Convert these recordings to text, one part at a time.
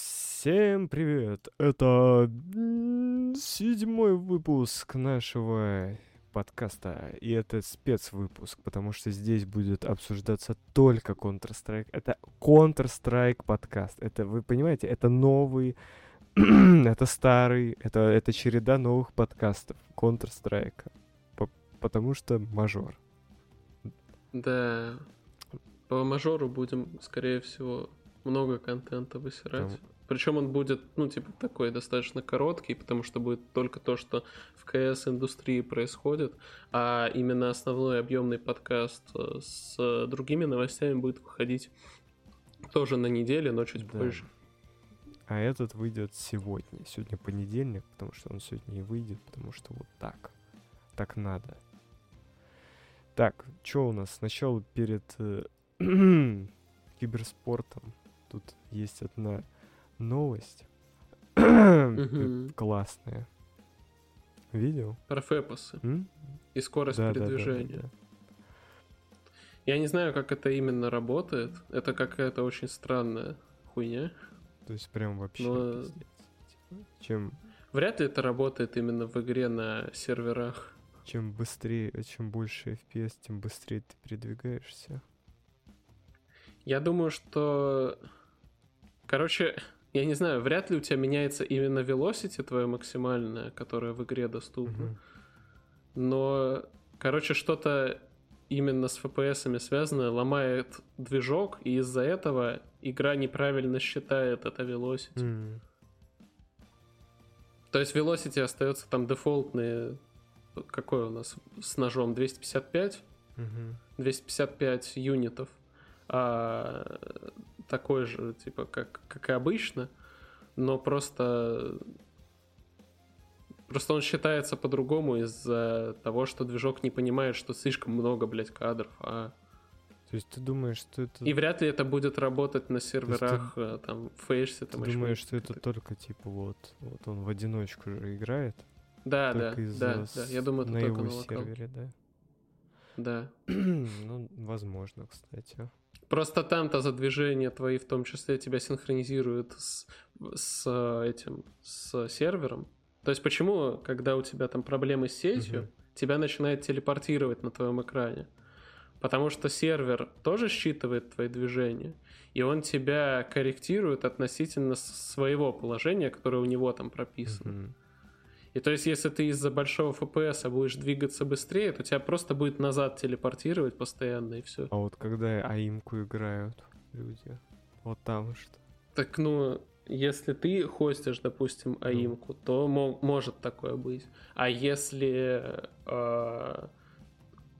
Всем привет! Это м, седьмой выпуск нашего подкаста, и это спецвыпуск, потому что здесь будет обсуждаться только Counter-Strike. Это Counter-Strike подкаст. Это, вы понимаете, это новый, это старый, это, это череда новых подкастов Counter-Strike, по- потому что мажор. Да. По мажору будем, скорее всего, много контента высирать. Там- Причем он будет, ну, типа, такой достаточно короткий, потому что будет только то, что в КС индустрии происходит, а именно основной объемный подкаст э, с э, другими новостями будет выходить тоже на неделе, но чуть Да. позже. А этот выйдет сегодня. Сегодня понедельник, потому что он сегодня и выйдет, потому что вот так. Так надо. Так, что у нас? Сначала перед э, киберспортом. Тут есть одна новость. Мгм. Классная. Видел? Про фэпосы М? и скорость Да, да, да, да, передвижения. да. Я не знаю, как это именно работает. Это какая-то очень странная хуйня. То есть прям вообще Но- пиздец. Типа, Чем, Вряд ли это работает именно в игре на серверах. чем быстрее, чем больше FPS, тем быстрее ты передвигаешься. Я думаю, что... Короче, я не знаю, вряд ли у тебя меняется именно velocity твоя максимальная, которая в игре доступна. Мгм. Но, короче, что-то именно с FPS связанное ломает движок, и из-за этого игра неправильно считает это velocity. М. То есть velocity остается там дефолтные... Какой у нас с ножом? 255? Мгм. 255 юнитов. А, такой же, типа, как, как и обычно, но просто... Просто он считается по-другому из-за того, что движок не понимает, что слишком много, блядь, кадров. а- То есть ты думаешь, что это... И вряд ли это будет работать на серверах, э, там, фейсе, Ты там, еще думаешь, что что-нибудь это только типа вот, вот он в одиночку же играет, Да, да, только из-за да, да, я с- думаю, это на только его на локал. сервере, да? Да. ну, возможно, кстати. Просто там-то за движения твои в том числе тебя синхронизируют с, с э, этим, с сервером. То есть почему, когда у тебя там проблемы с сетью, Мгм. тебя начинает телепортировать на твоем экране? Потому что сервер тоже считывает твои движения, и он тебя корректирует относительно с- своего положения, которое у него там прописано. Мгм. И то есть, если ты из-за большого FPS а будешь двигаться быстрее, то тебя просто будет назад телепортировать постоянно, и все. А вот когда аимку играют люди, вот там что? Так, ну, если ты хостишь, допустим, аимку, то мо- может такое быть. А если, э,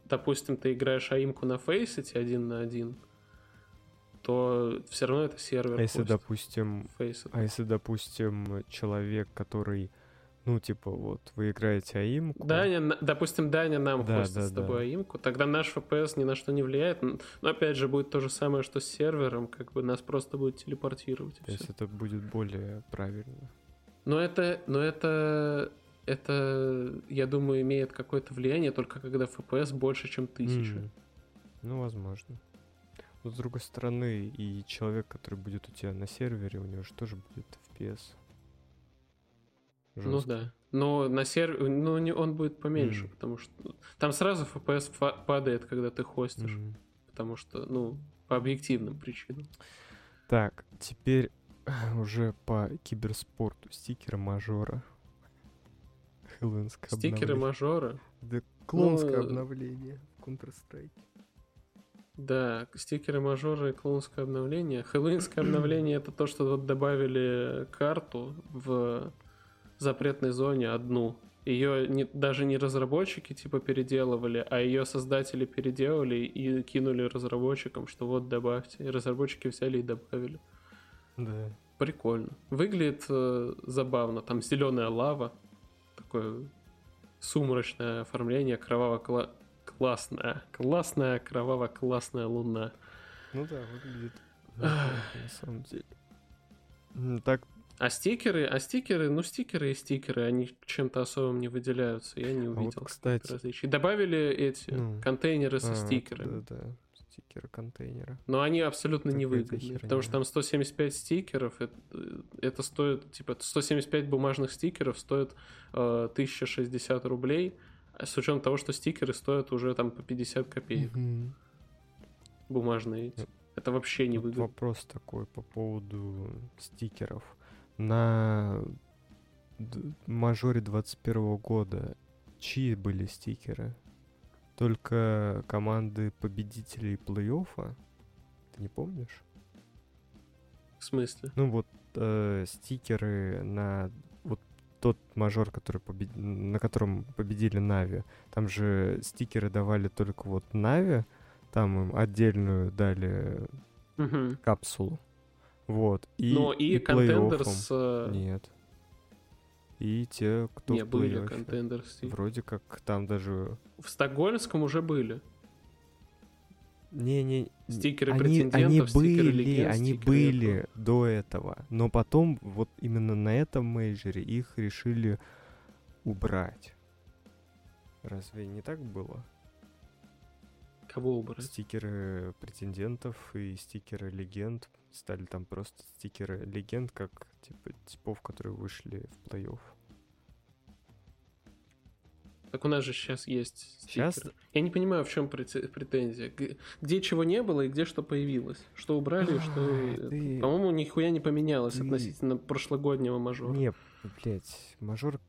допустим, ты играешь аимку на фейсите один на один, то все равно это сервер А если, хостит допустим, Faceit. а если, допустим, человек, который, ну, типа, вот, вы играете аимку... Даня, на- допустим, Даня нам Да, хостит да, с тобой аимку, тогда наш FPS ни на что не влияет. Н- Но опять же, будет то же самое, что с сервером, как бы нас просто будет телепортировать. и То всё. есть это будет более правильно. Но это, но это, это, я думаю, имеет какое-то влияние только когда FPS больше, чем тысяча. Мгм. Ну, возможно. Но с другой стороны, и человек, который будет у тебя на сервере, у него же тоже будет FPS. ну Жёсткий. да. Но на сервер, ну не, он будет поменьше, Мгм. потому что ну, там сразу FPS фа- падает, когда ты хостишь, Мгм. потому что, ну, по объективным причинам. Так, теперь уже по киберспорту. Стикеры мажора. Хэллоуинское Стикеры обновление. мажора, Да, клоунское Ну, обновление в Counter-Strike. да, стикеры мажора и клоунское обновление. Хэллоуинское обновление это то, что вот добавили карту в запретной зоне одну. Ее даже не разработчики типа переделывали, а ее создатели переделали и кинули разработчикам, что вот добавьте. И разработчики взяли и добавили. Да. Прикольно. Выглядит э, забавно. Там зеленая лава, такое сумрачное оформление, кроваво-классная, классная, кроваво-классная луна. Ну да, выглядит. неплохо, На самом деле. М, Так, А стикеры, а стикеры, ну стикеры и стикеры, они чем-то особым не выделяются, я не а вот, увидел. кстати, различий. Добавили эти Ну, контейнеры а, со стикерами. Да, да. стикера контейнера. Но они абсолютно Какая-то невыгодны, херня. потому что там 175 стикеров, это, это стоит, типа, 175 бумажных стикеров стоит э, 1060 рублей, а с учетом того, что стикеры стоят уже там по 50 копеек Мгм. бумажные. эти. Нет. Это вообще не Тут выгодно. вопрос такой по поводу стикеров. На д- мажоре 21 года чьи были стикеры? Только команды победителей плей-оффа? Ты не помнишь? В смысле? Ну вот э, стикеры на вот тот мажор, который побед- на котором победили Нави. Там же стикеры давали только вот Нави, там им отдельную дали Мгм. капсулу. Вот. И, Но Ну, и, контендер с... э, плей-оффом. Нет. И те, кто не, в были плей-оффе. контендер с- Вроде как там даже... В Стокгольмском уже были. Не-не... Стикеры они, претендентов, они стикеры были, легенд, они стикеры были этого. до этого, но потом вот именно на этом мейджере их решили убрать. Разве не так было? Кого убрать? Стикеры претендентов и стикеры легенд стали там просто стикеры легенд, как типа типов, которые вышли в плей-офф. Так у нас же сейчас есть стикеры. Щас- Я не понимаю, в чем претензия. Г- Где чего не было и где что появилось. Что убрали, Ай, что... А, ты- По-моему, нихуя не поменялось ты- относительно прошлогоднего мажора. Не... Не, блять, мажор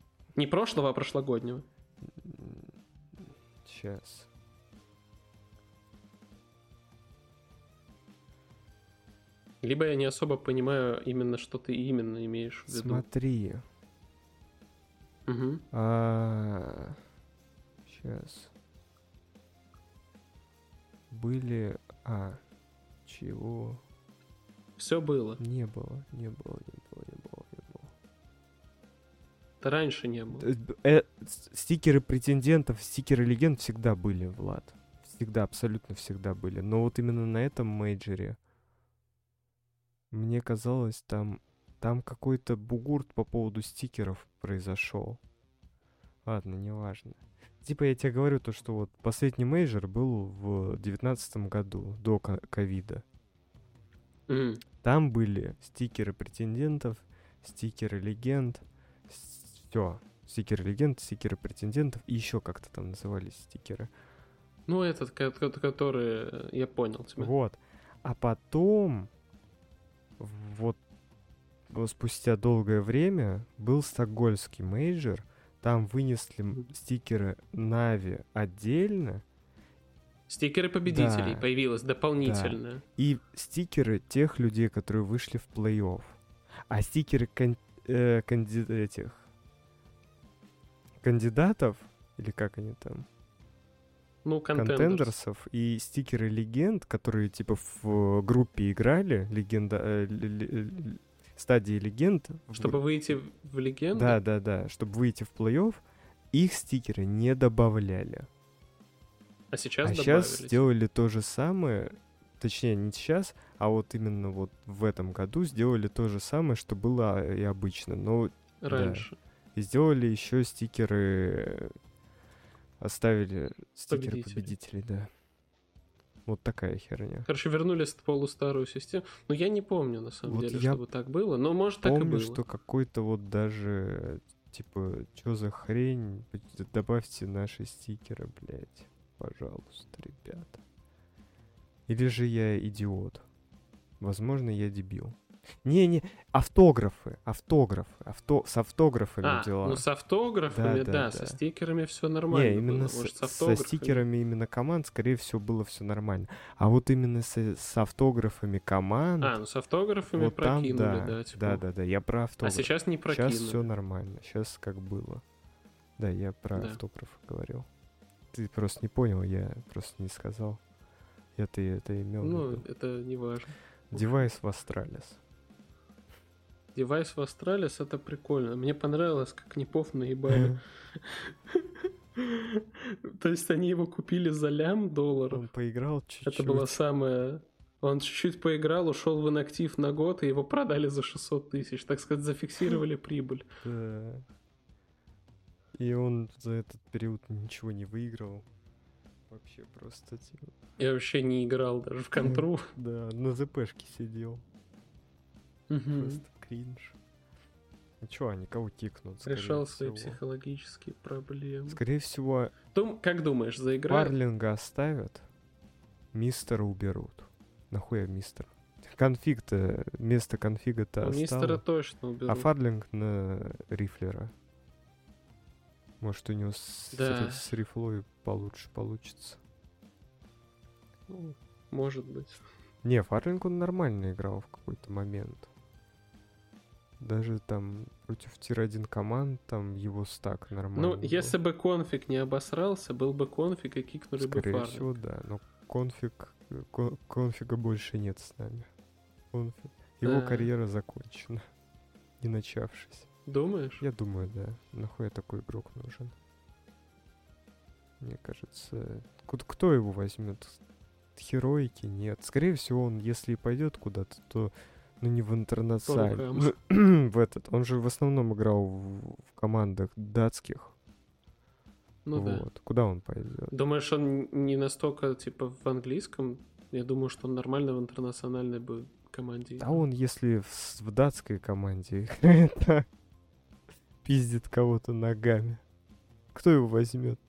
прошлого, а прошлогоднего. сейчас. Либо я не особо понимаю именно, что ты именно имеешь в виду. Смотри. Мгм. а, Сейчас. Были... А, чего? Все было. Не было, не было, не было, не было, не было. Это раньше не было. Д- э, с- стикеры претендентов, стикеры легенд всегда были, Влад. Всегда, абсолютно всегда были. Но вот именно на этом мейджере, мне казалось, там, там какой-то бугурт по поводу стикеров произошел. Ладно, неважно. Типа я тебе говорю то, что вот последний мейджор был в девятнадцатом году, до ко- ковида. Мгм. Там были стикеры претендентов, стикеры легенд, все. Стикеры легенд, стикеры претендентов и еще как-то там назывались стикеры. Ну, этот, ко- ко- который... э, Я понял тебя. Вот. А потом, вот вот спустя долгое время, был стокгольмский мейджор. Там вынесли м- стикеры Нави отдельно Стикеры победителей Да. появилось дополнительное. и стикеры тех людей, которые вышли в плей-офф. А стикеры кан- э, канди- этих кандидатов, или как они там, Ну, контендерс. контендерсов, и стикеры легенд, которые типа в э, группе играли, легенда, э, ле- ле- ле- стадии легенд. в Чтобы гру- выйти в- в легенду? Да, да, да, чтобы выйти в плей-офф, их стикеры не добавляли. А сейчас а сейчас добавились. сделали то же самое, точнее не сейчас, а вот именно вот в этом году сделали то же самое, что было а, и обычно, но да. Раньше. и сделали еще стикеры, э, оставили стикеры Победителей. победителей, да. Вот такая херня. Короче, вернули ст- полустарую систему. Но я не помню, на самом Вот деле, я чтобы так было. Но, может, так и Помню, было. что какой-то вот даже типа, что за хрень, добавьте наши стикеры, блядь, пожалуйста, ребята. Или же я идиот. Возможно, я дебил. Не-не, автографы, автографы, авто, с автографами А, дела. ну с автографами, да, Да, да, да. со стикерами все нормально. Не, именно было. с- Может, с со автографами. стикерами именно команд, скорее всего, было все нормально. А вот именно со- с, автографами команд, А, ну с автографами вот там, прокинули, да, да, типа. да, да, да, я про А автографы. сейчас не прокинули. Сейчас все нормально, сейчас как было. Да, я про Да. автограф говорил. Ты просто не понял, я просто не сказал. Я ты это имел. в Ну, виду. это не важно. Девайс в Астралис. Девайс в Астралис это прикольно. Мне понравилось, как Непов наебали. То есть они его купили за лям долларов. Он поиграл чуть-чуть. Это было самое... Он чуть-чуть поиграл, ушел в инактив на год, и его продали за 600 тысяч. Так сказать, зафиксировали Хм. прибыль. э, да. И он за этот период ничего не выиграл. Вообще просто типа. Я вообще не играл даже Хм. в контру. Да, на ЗПшке сидел. Мгм. Просто кринж. Ну чё, они кого кикнут? скорее Решал свои всего? психологические проблемы. Скорее всего, Дум- Как думаешь, заиграют? Арлинга оставят, мистера уберут. Нахуя мистер? Конфиг-то, место конфига-то У Ну, мистера осталось. точно А уберут. Фарлинг на рифлера. Может, у него с, Да. ри- с рифлой получше получится. Ну, Может быть. Не, Фарлинг он нормально играл в какой-то момент. Даже там против тир-1 команд, там его стак нормально. Ну, был. если бы конфиг не обосрался, был бы конфиг и кикнули бы Скорее фарм. всего, да. Но конфиг, э, кон- конфига больше нет с нами. Конфиг. Его Да. карьера закончена. Не начавшись. Думаешь? Я думаю, да. Нахуя такой игрок нужен? Мне кажется... куд- Кто его возьмет? Хероики? Нет. Скорее всего, он, если и пойдет куда-то, то ну не в рукам. интернациональ. Ну, в этот. Он же в основном играл в, в командах датских. Ну да. вот. Куда он пойдет? Думаешь, он не настолько, типа, в английском? Я думаю, что он нормально в интернациональной бы команде. А играл. он, если в, с- в датской команде играет, да, пиздит кого-то ногами. Кто его возьмет?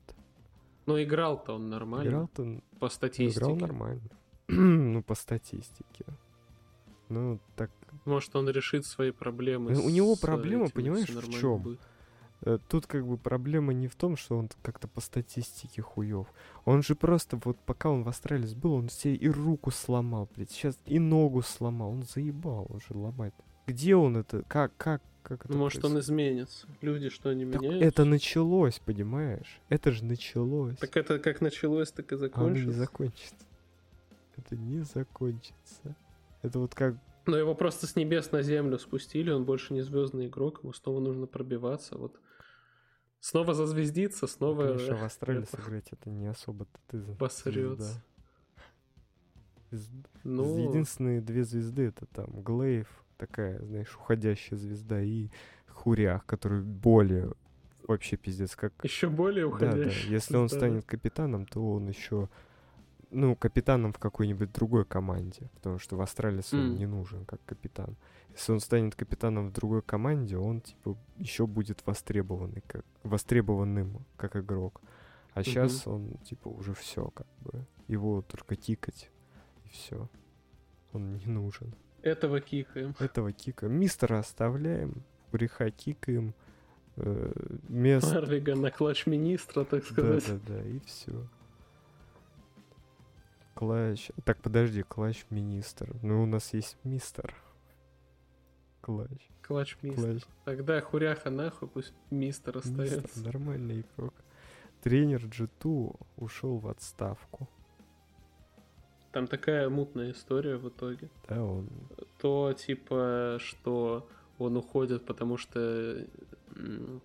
Но Ну, играл-то он нормально, Играл-то н- по Ну, статистике. Играл нормально. ну, по статистике. Ну, так... Может, он решит свои проблемы. Ну, у него с э, проблема, этим, и понимаешь, всё в нормально чём? будет. э, Тут как бы проблема не в том, что он как-то по статистике хуёв. Он же просто, вот пока он в Астралис был, он себе и руку сломал, блядь. Сейчас и ногу сломал. Он заебал уже ломать. Где он это? Как, как, как это Ну, может, он происходит? изменится. Люди что, не Так меняют? это началось, понимаешь? Это же началось. Так это как началось, так и А оно не закончилось. закончится. Это не закончится. Это вот как Но его просто с небес на землю спустили, он больше не звездный игрок, ему снова нужно пробиваться. Вот снова зазвездиться, Ну, снова Конечно, в Астрале это- сыграть это не особо ты за- посрется. звезда. Звезд- Ну, Единственные две звезды это там Глейв, такая, знаешь, уходящая звезда, и Хурях, который более вообще пиздец, как еще более да, да. уходящий. Если он станет капитаном, то он еще ну, капитаном в какой-нибудь другой команде, потому что в Астралис он М. не нужен как капитан. Если он станет капитаном в другой команде, он типа еще будет востребованный как востребованным как игрок. А сейчас он типа уже все как бы его только кикать и все. Он не нужен. Этого кикаем. Этого кика мистера оставляем, греха кикаем, э, мест Марвиган на клатч министра, так да, сказать. да, да, и все. Клач. Так, подожди, клач министр. Ну, у нас есть мистер. Клач. Клатч министр. Клач. Тогда хуряха нахуй, пусть мистер Мистер, остается. нормальный игрок. Тренер G2 ушел в отставку. Там такая мутная история в итоге. Да, он. То, типа, что он уходит, потому что... м,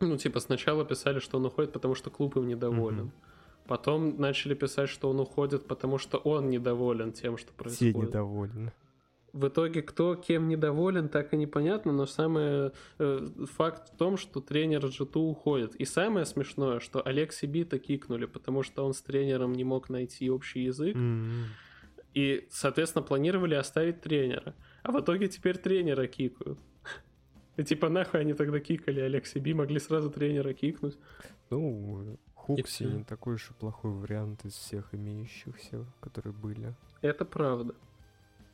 Ну, типа, сначала писали, что он уходит, потому что клуб им недоволен. Мгм. Потом начали писать, что он уходит, потому что он недоволен тем, что Все происходит. недовольны. В итоге кто кем недоволен, так и непонятно, но самый факт в том, что тренер Джиту уходит. И самое смешное, что Алекси Бита кикнули, потому что он с тренером не мог найти общий язык, М. и, соответственно, планировали оставить тренера. А в итоге теперь тренера кикают. И типа нахуй они тогда кикали Алекси Би, могли сразу тренера кикнуть. Ну, Хукси всё. не такой уж и плохой вариант из всех имеющихся, которые были. Это правда.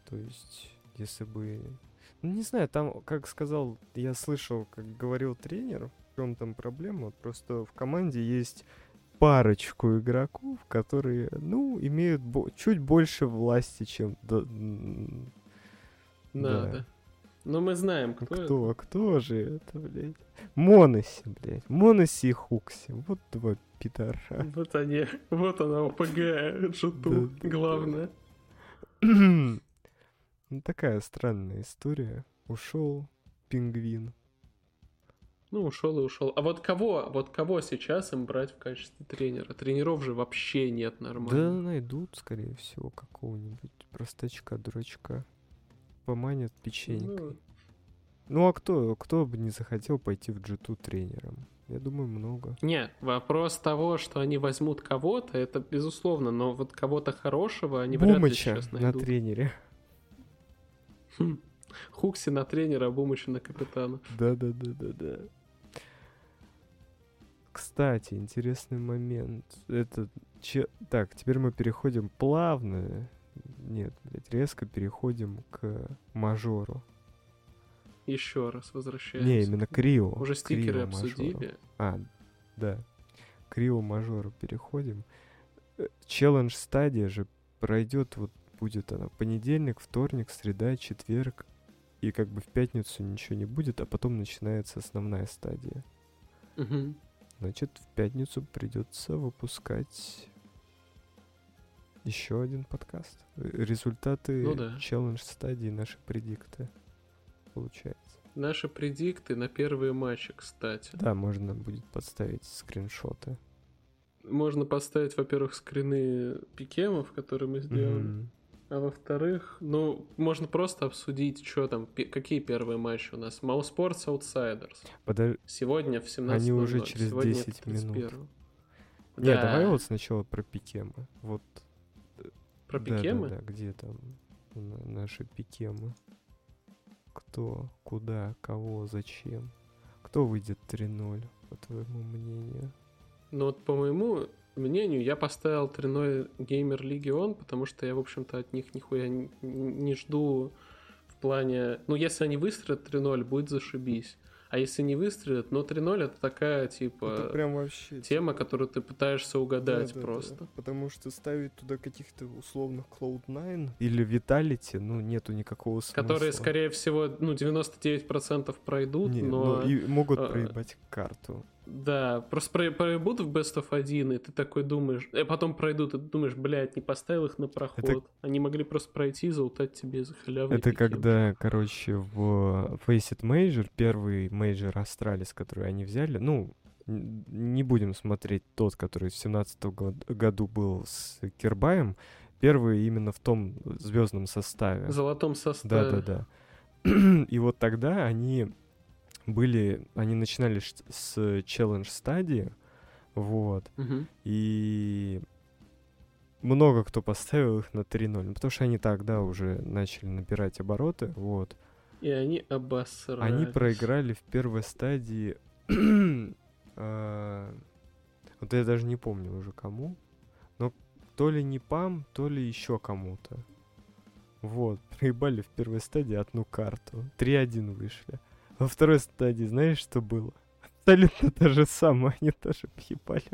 То есть, если бы... Ну, не знаю, там, как сказал, я слышал, как говорил тренер, в чем там проблема. Просто в команде есть парочку игроков, которые, ну, имеют бо- чуть больше власти, чем... до- м, Да, да. да. Но мы знаем, кто, это. Кто, кто же это, блядь? Моноси, блядь. Моноси и Хукси. Вот два пидора. Вот они, вот она ОПГ Да, Джиту, да, главное. Ну, такая странная история. Ушел пингвин. Ну, ушел и ушел. А вот кого, вот кого сейчас им брать в качестве тренера? Тренеров же вообще нет Да нормально. найдут, скорее всего, какого-нибудь простачка, дурачка. Поманят печенькой. Ну, Ну, а кто, кто бы не захотел пойти в g тренером? Я думаю, много. Не, вопрос того, что они возьмут кого-то, это безусловно, но вот кого-то хорошего они вряд ли Бумыча сейчас на найдут. тренере. Хм. Хукси на тренера, а Бумыча на капитана. Да-да-да-да-да. Кстати, интересный момент. Это че- так, теперь мы переходим плавно. Нет, блядь, резко переходим к мажору. Еще раз возвращаемся. Не, именно к Рио. Уже к стикеры Рио мажору. обсудили. А, да. К Рио Мажору переходим. Э, Челлендж стадия же пройдет, вот будет она понедельник, вторник, среда, четверг. И как бы в пятницу ничего не будет, а потом начинается основная стадия. Мгм. Значит, в пятницу придется выпускать еще один подкаст. Э, Результаты Ну да. челлендж стадии наши предикты. Получается. Наши предикты на первые матчи, кстати. Да, можно будет подставить скриншоты. Можно поставить, во-первых, скрины пикемов, которые мы сделали. Мгм. А во-вторых, ну, можно просто обсудить, что там, пе- какие первые матчи у нас. Mousesports Outsiders. Подо- Сегодня в 17 Они уже через Сегодня 10 минут. 31. Не, Да. давай вот сначала про пикемы. Вот Про да, пикемы? Да, да, где там на- наши пикемы? Кто, куда, кого, зачем? Кто выйдет 3-0, по твоему мнению? Ну вот по моему мнению, я поставил 3-0 геймер Легион, потому что я, в общем-то, от них нихуя не, не жду в плане... Ну, если они выстрелят 3-0, будет зашибись. А если не выстрелят, но 3-0 это такая, типа, прям вообще... типа, тема, которую ты пытаешься угадать типа просто. Потому что ставить туда каких-то условных Cloud9 или Vitality, ну, нету никакого смысла. Которые, скорее всего, ну, 99% пройдут, Не, ну, но... и могут а, проебать карту. Да, просто про- пройдут в Best of 1, и ты такой думаешь... А потом пройдут, и ты думаешь, блядь, не поставил их на проход. Это- Они могли просто пройти и залутать тебе за халявные Это пики. когда, короче, в Faceit Major, первый мейджор Астралис, который они взяли, ну, н- не будем смотреть тот, который в 17 году был с Кирбаем, первый именно в том звездном составе. В золотом составе. Да-да-да. И вот тогда они были, они начинали ш- с челлендж стадии, вот, Мгм. и много кто поставил их на 3-0, ну, потому что они тогда уже начали набирать обороты, вот. И они обосрались. Они проиграли в первой стадии... э, Вот я даже не помню уже кому, но то ли не пам, то ли еще кому-то. Вот, проебали в первой стадии одну карту. 3-1 вышли. Во второй стадии, знаешь, что было? Абсолютно то же самое, они тоже въебали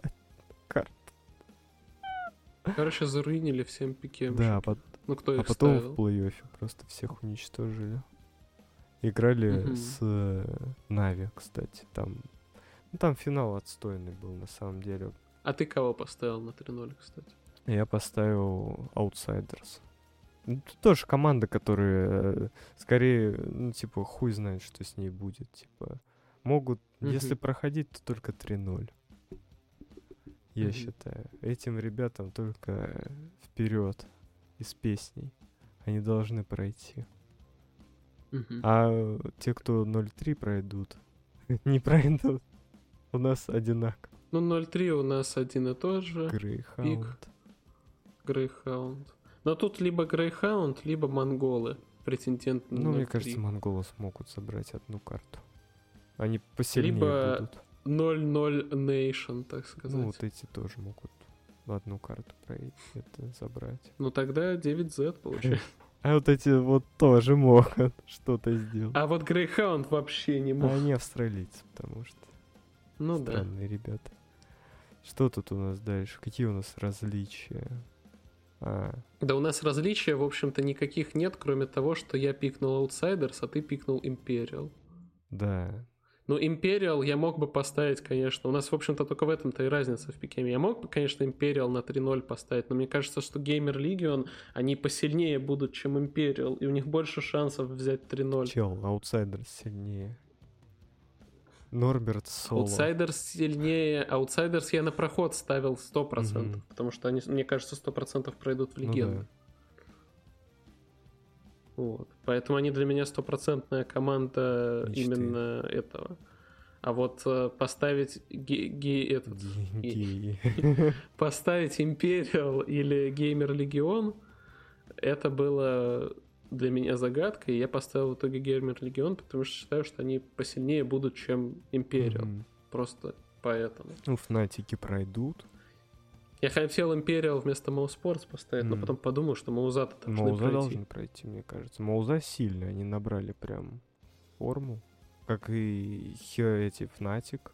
Короче, заруинили всем пикем. Да, пот- Ну, кто их а потом ставил? в плей-оффе просто всех уничтожили. Играли Мгм. с э, Нави, кстати, там. Ну, там финал отстойный был, на самом деле. А ты кого поставил на 3-0, кстати? Я поставил Outsiders. Ну, тут тоже команда, которая э, скорее, ну, типа, хуй знает, что с ней будет. Типа, могут, если Мгм. проходить, то только 3-0. Я Мгм. считаю. Этим ребятам только вперед из песней. Они должны пройти. Мгм. А те, кто 0-3 пройдут, не пройдут. У нас одинаково. Ну, 0-3 у нас один и тот же. Грейхаунд. Грейхаунд. Но тут либо Грейхаунд, либо Монголы. Претендент на Ну, мне 0-3. кажется, монголы смогут собрать одну карту. Они посильнее Либо будут. 0-0 Nation, так сказать. Ну, Ну, вот эти тоже могут одну карту пройти, это забрать. Ну, тогда 9Z получается. А вот эти вот тоже могут что-то сделать. А вот Грейхаунд вообще не А мог. они австралийцы, потому что Ну да. странные ребята. Что тут у нас дальше? Какие у нас различия? А, Да у нас различия, в общем-то, никаких нет, кроме того, что я пикнул Outsiders, а ты пикнул Imperial. да, Ну, Imperial я мог бы поставить, конечно. У нас, в общем-то, только в этом-то и разница в пикеме. Я мог бы, конечно, Imperial на 3-0 поставить, но мне кажется, что Gamer Legion, они посильнее будут, чем Imperial, и у них больше шансов взять 3-0. Чел, аутсайдер сильнее. Норберт Соло. Outsiders сильнее. Outsiders я на проход ставил 100%, Мгм. потому что они, мне кажется, 100% пройдут в Ну да. легенду. Вот. Поэтому они для меня стопроцентная команда Мечты. именно этого. А вот э, поставить ге- ге- этот, Деньги. поставить Imperial или Gamer Legion, это было для меня загадкой. и Я поставил в итоге Gamer Legion, потому что считаю, что они посильнее будут, чем Imperial. Мгм. Просто поэтому. Ну, фнатики пройдут. Я хотел Imperial вместо Моуспортс поставить, но Мгм. потом подумал, что Маузата должны Моуза пройти. должны пройти, мне кажется. Моуза сильно, они набрали прям форму. Как и хе- эти Фнатик,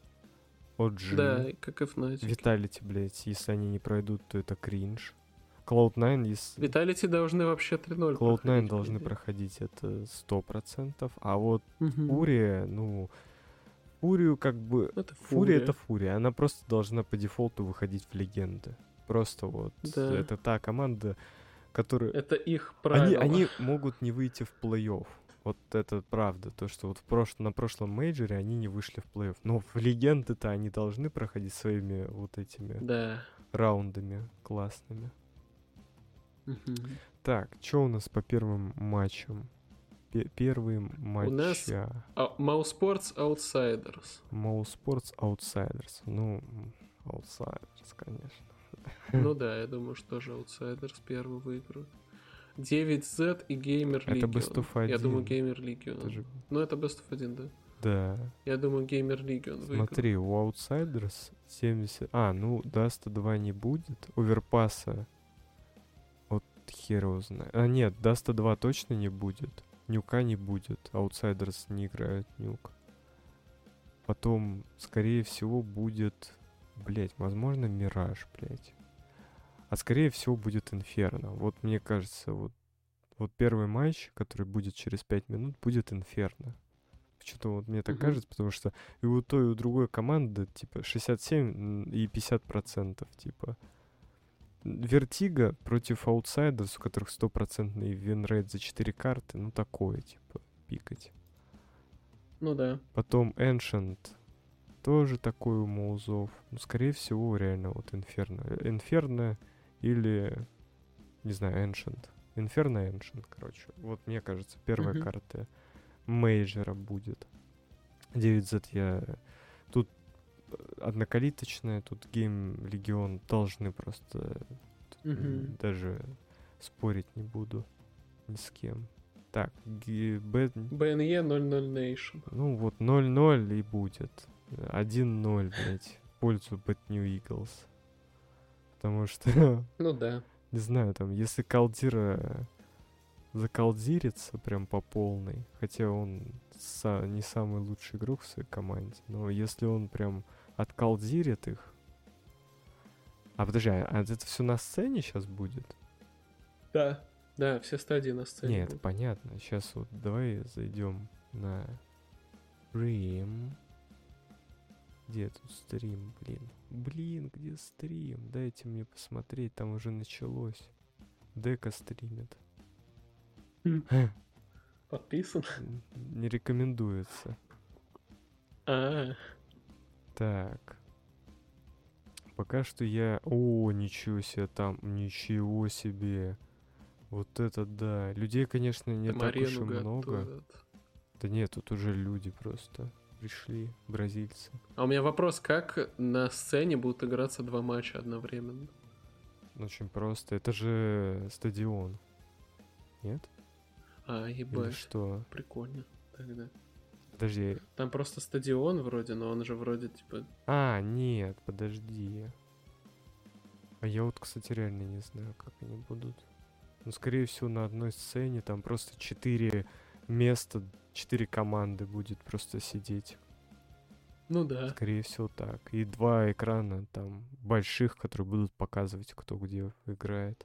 OG, Да, и как и Fnatic. Vitality, блядь. Если они не пройдут, то это кринж. Cloud9, если... Vitality должны вообще 3-0 Cloud9 проходить, должны по идее. проходить это 100%, а вот Мгм. Фурия, ну... Фурию как бы... Ну, Это Фурия это Фурия, она просто должна по дефолту выходить в легенды. Просто вот. Да. Это та команда, которая... Это их Они, правило. они могут не выйти в плей-офф. Вот это правда. То, что вот в прош- на прошлом мейджоре они не вышли в плей-офф. Но в легенды-то они должны проходить своими вот этими Да. раундами классными. Мгм. Так, что у нас по первым матчам? Пе- первые нас- матча. А, Mousesports Outsiders. Моу Sports Outsiders. Ну, м, Outsiders, конечно. Хм. Ну да, я думаю, что же Outsiders первый выиграют. 9Z и Gamer Это Legion. best of Я думаю, 1. Gamer Legion. Это же- Ну это Best of 1, да. Да. Я думаю, Gamer Legion выиграет. Смотри, у Outsiders 70... А, ну, Даста 2 не будет. Оверпасса от хера его знает. А, нет, Даста 2 точно не будет. Нюка не будет. Outsiders не играет нюк. Потом, скорее всего, будет... Блять, возможно, Мираж, блять. А скорее всего будет Инферно. Вот мне кажется, вот, вот первый матч, который будет через 5 минут, будет Инферно. Что-то вот мне так Мгм. кажется, потому что и у той, и у другой команды, типа, 67 и 50 процентов, типа. Вертига против аутсайдерс, у которых стопроцентный винрейт за 4 карты, ну такое, типа, пикать. Ну да. Потом Ancient, тоже такой у Моузов. Ну, скорее всего, реально, вот Инферно. э, Инферно или, не знаю, Ancient. Инферно Ancient, короче. Вот, мне кажется, первая Мгм. карта мейджера будет. 9Z я... Тут э, однокалиточная, тут гейм Легион должны просто... тут Мгм. Даже спорить не буду ни с кем. Так, ге- бэт- BNE 00 E Nation. ну вот 0-0 и будет. 1-0, блядь, в пользу Bad New Eagles. Потому что, Ну да. не знаю, там, если Калдира закалдирится прям по полной, хотя он са- не самый лучший игрок в своей команде, но если он прям откалдирит их... А подожди, а а это все на сцене сейчас будет? Да. Да, все стадии на сцене. Нет, будут. понятно. Сейчас вот давай зайдем на стрим. Где тут стрим, блин? Блин, где стрим? Дайте мне посмотреть, там уже началось. Дека стримит. Хм. Подписан. Н- Не рекомендуется. А, Так. Пока что я... О, ничего себе там, ничего себе. Вот это да. Людей, конечно, не там так уж и арену много. готовят. Да нет, тут уже люди просто пришли, бразильцы. А у меня вопрос, как на сцене будут играться два матча одновременно? Ну, Очень просто. Это же стадион. Нет? А, Или ебать, что? прикольно. Тогда. Подожди. Там просто стадион вроде, но он же вроде типа... А, нет, подожди. А я вот, кстати, реально не знаю, как они будут. Ну, скорее всего, на одной сцене там просто четыре места, четыре команды будет просто сидеть. Ну да. Скорее всего, так. И два экрана там больших, которые будут показывать, кто где играет.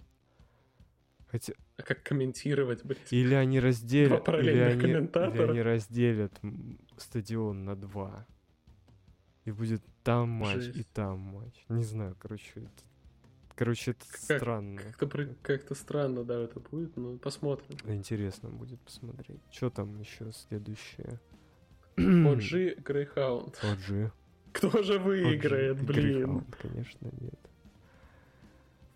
Хотя, А как комментировать, блядь? Или они разделят, или параллельных они, или комментатора. они разделят м, стадион на два. И будет там матч и Жесть. там матч. Не знаю, короче, это, короче, это Как- странно. Как-то, при- как-то странно, да, это будет, но посмотрим. Интересно будет посмотреть. Что там еще следующее? Хм. OG Greyhound. OG. Кто же выиграет, OG, блин? Greyhound, конечно, нет.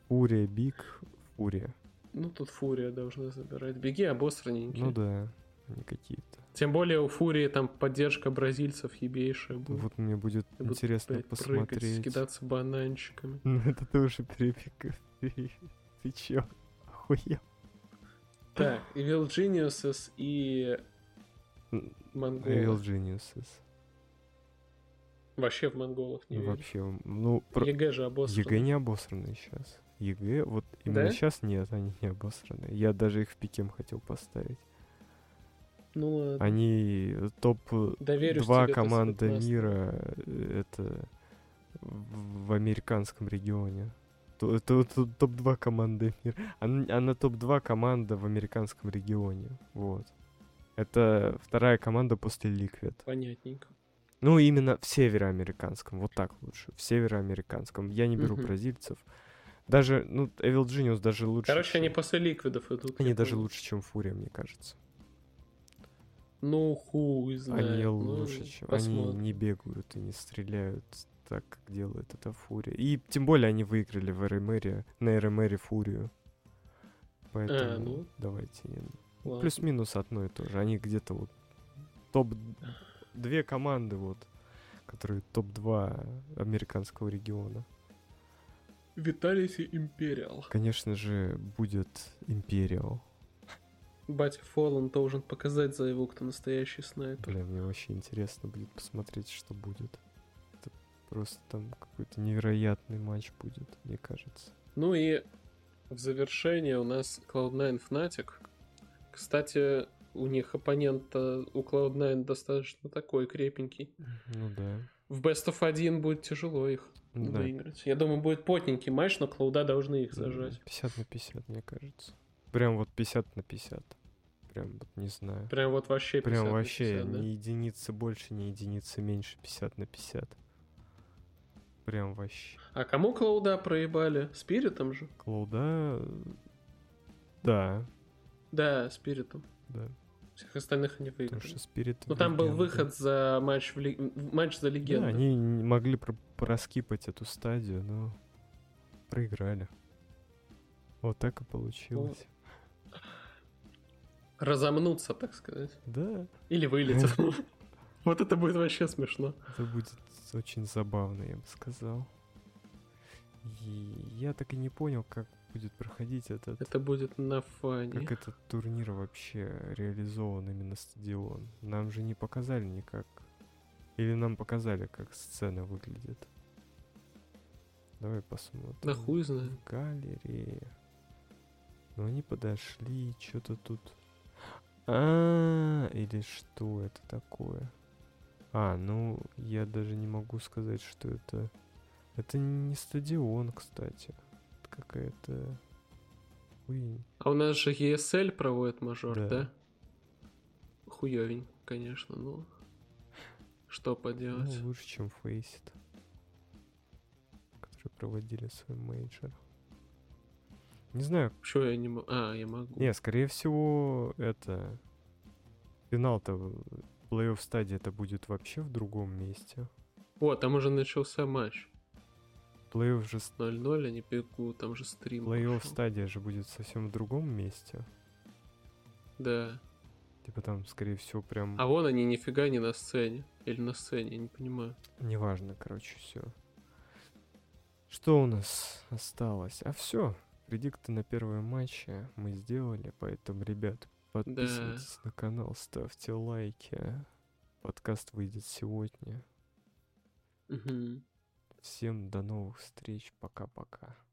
Фурия, Биг, Фурия. Ну тут Фурия должна забирать. Беги, обосранненький. Ну да, они какие-то. Тем более у Фурии там поддержка бразильцев ебейшая будет. Вот мне будет Я буду, интересно блядь, прыгать, посмотреть. скидаться бананчиками. Ну это ты уже перепик. Ты, ты чё? Охуел? Так, Evil Geniuses и М, Evil Монголы. Geniuses. Вообще в монголах не Ну, верю. Вообще, ну... про- ЕГЭ же обосрано. ЕГЭ не обосранные сейчас. ЕГЭ, вот именно Да? сейчас нет, они не обосранные. Я даже их в пикем хотел поставить. Ну ладно. Они э, топ-2 Доверюсь тебе, ты А команды спецмастер. мира, э, это в в американском регионе. Ту- ту- ту- Топ-2 команды мира. Ан- Она топ-2 команда в американском регионе. Вот. Это вторая команда после Ликвид. Понятненько. Ну, именно в североамериканском, вот так лучше. В североамериканском. Я не беру Мгм. бразильцев. Даже, ну, Evil Genius даже лучше. Короче, чем- они после ликвидов идут. они я даже понял. лучше, чем Фурия, мне кажется. Ну, хуй знает. они ну, лучше, чем... Они посмотрим. не бегают и не стреляют так, как делает это Фурия. И тем более они выиграли в РМРе, на РМРе Фурию. Поэтому ну. давайте... не- Ладно. Плюс-минус одно и то же. Они где-то вот топ-две команды вот, которые топ-2 американского региона. Виталис и Империал. Конечно же, будет Империал. Батя Фоллан должен показать за его, кто настоящий снайпер. Бля, мне вообще интересно будет посмотреть, что будет. Это просто там какой-то невероятный матч будет, мне кажется. Ну и в завершение у нас Cloud9 Fnatic. Кстати, у них оппонент э, у Cloud9 достаточно такой крепенький. Ну да. В Best of 1 будет тяжело их Ну Да. выиграть. Я думаю, будет плотненький матч, но Клоуда должны их зажать. 50 на 50, мне кажется. Прям вот 50 на 50. Прям вот не знаю. Прям вот вообще 50 Прям на вообще 50, да? ни единицы больше, ни единицы меньше, 50 на 50. Прям вообще. А кому Клоуда проебали? Спиритом же? Клоуда... э, Да, Да, Спиритом. да. Всех остальных они выиграли. Потому что Спирит... Ну там был легенда. выход за матч, в ли- в матч Да, за легенду. они не могли про- проскипать эту стадию, но проиграли. Вот так и получилось. Разомнутся, так сказать. Да, Или вылетят. Вот это будет вообще смешно. это будет очень забавно, я бы сказал. И я так и не понял, как будет проходить этот Это будет на фане. Как этот турнир вообще реализован именно стадион? Нам же не показали никак. Или нам показали, как сцена выглядит. Давай посмотрим. Да хуй знает. Галерея. Ну они подошли, что-то тут. А, или что это такое? А, ну я даже не могу сказать, что это. Это не стадион, кстати. Это какая-то хуйня. А у нас же ESL проводит мажор, Да. да? Хуёвень, конечно, ну. Что Ну, поделать. лучше, чем Faceit, которые проводили свой мейджор. Не знаю. Чё я не могу? А, я могу. Не, скорее всего, это... Финал-то, в- плей-офф стадия это будет вообще в другом месте. О, там уже начался матч. Плей-офф же... с- 0-0, они бегут, там же стрим. Плей-офф пошёл. стадия же будет совсем в другом месте. Да. Типа там, скорее всего, прям... А вон они нифига не на сцене. Или на сцене, я не понимаю. Неважно, короче, все. Что у нас осталось? А все. Предикты на первые матчи мы сделали, поэтому, ребят, подписывайтесь на канал, ставьте лайки. Подкаст выйдет сегодня. Мгм. Всем до новых встреч. Пока-пока.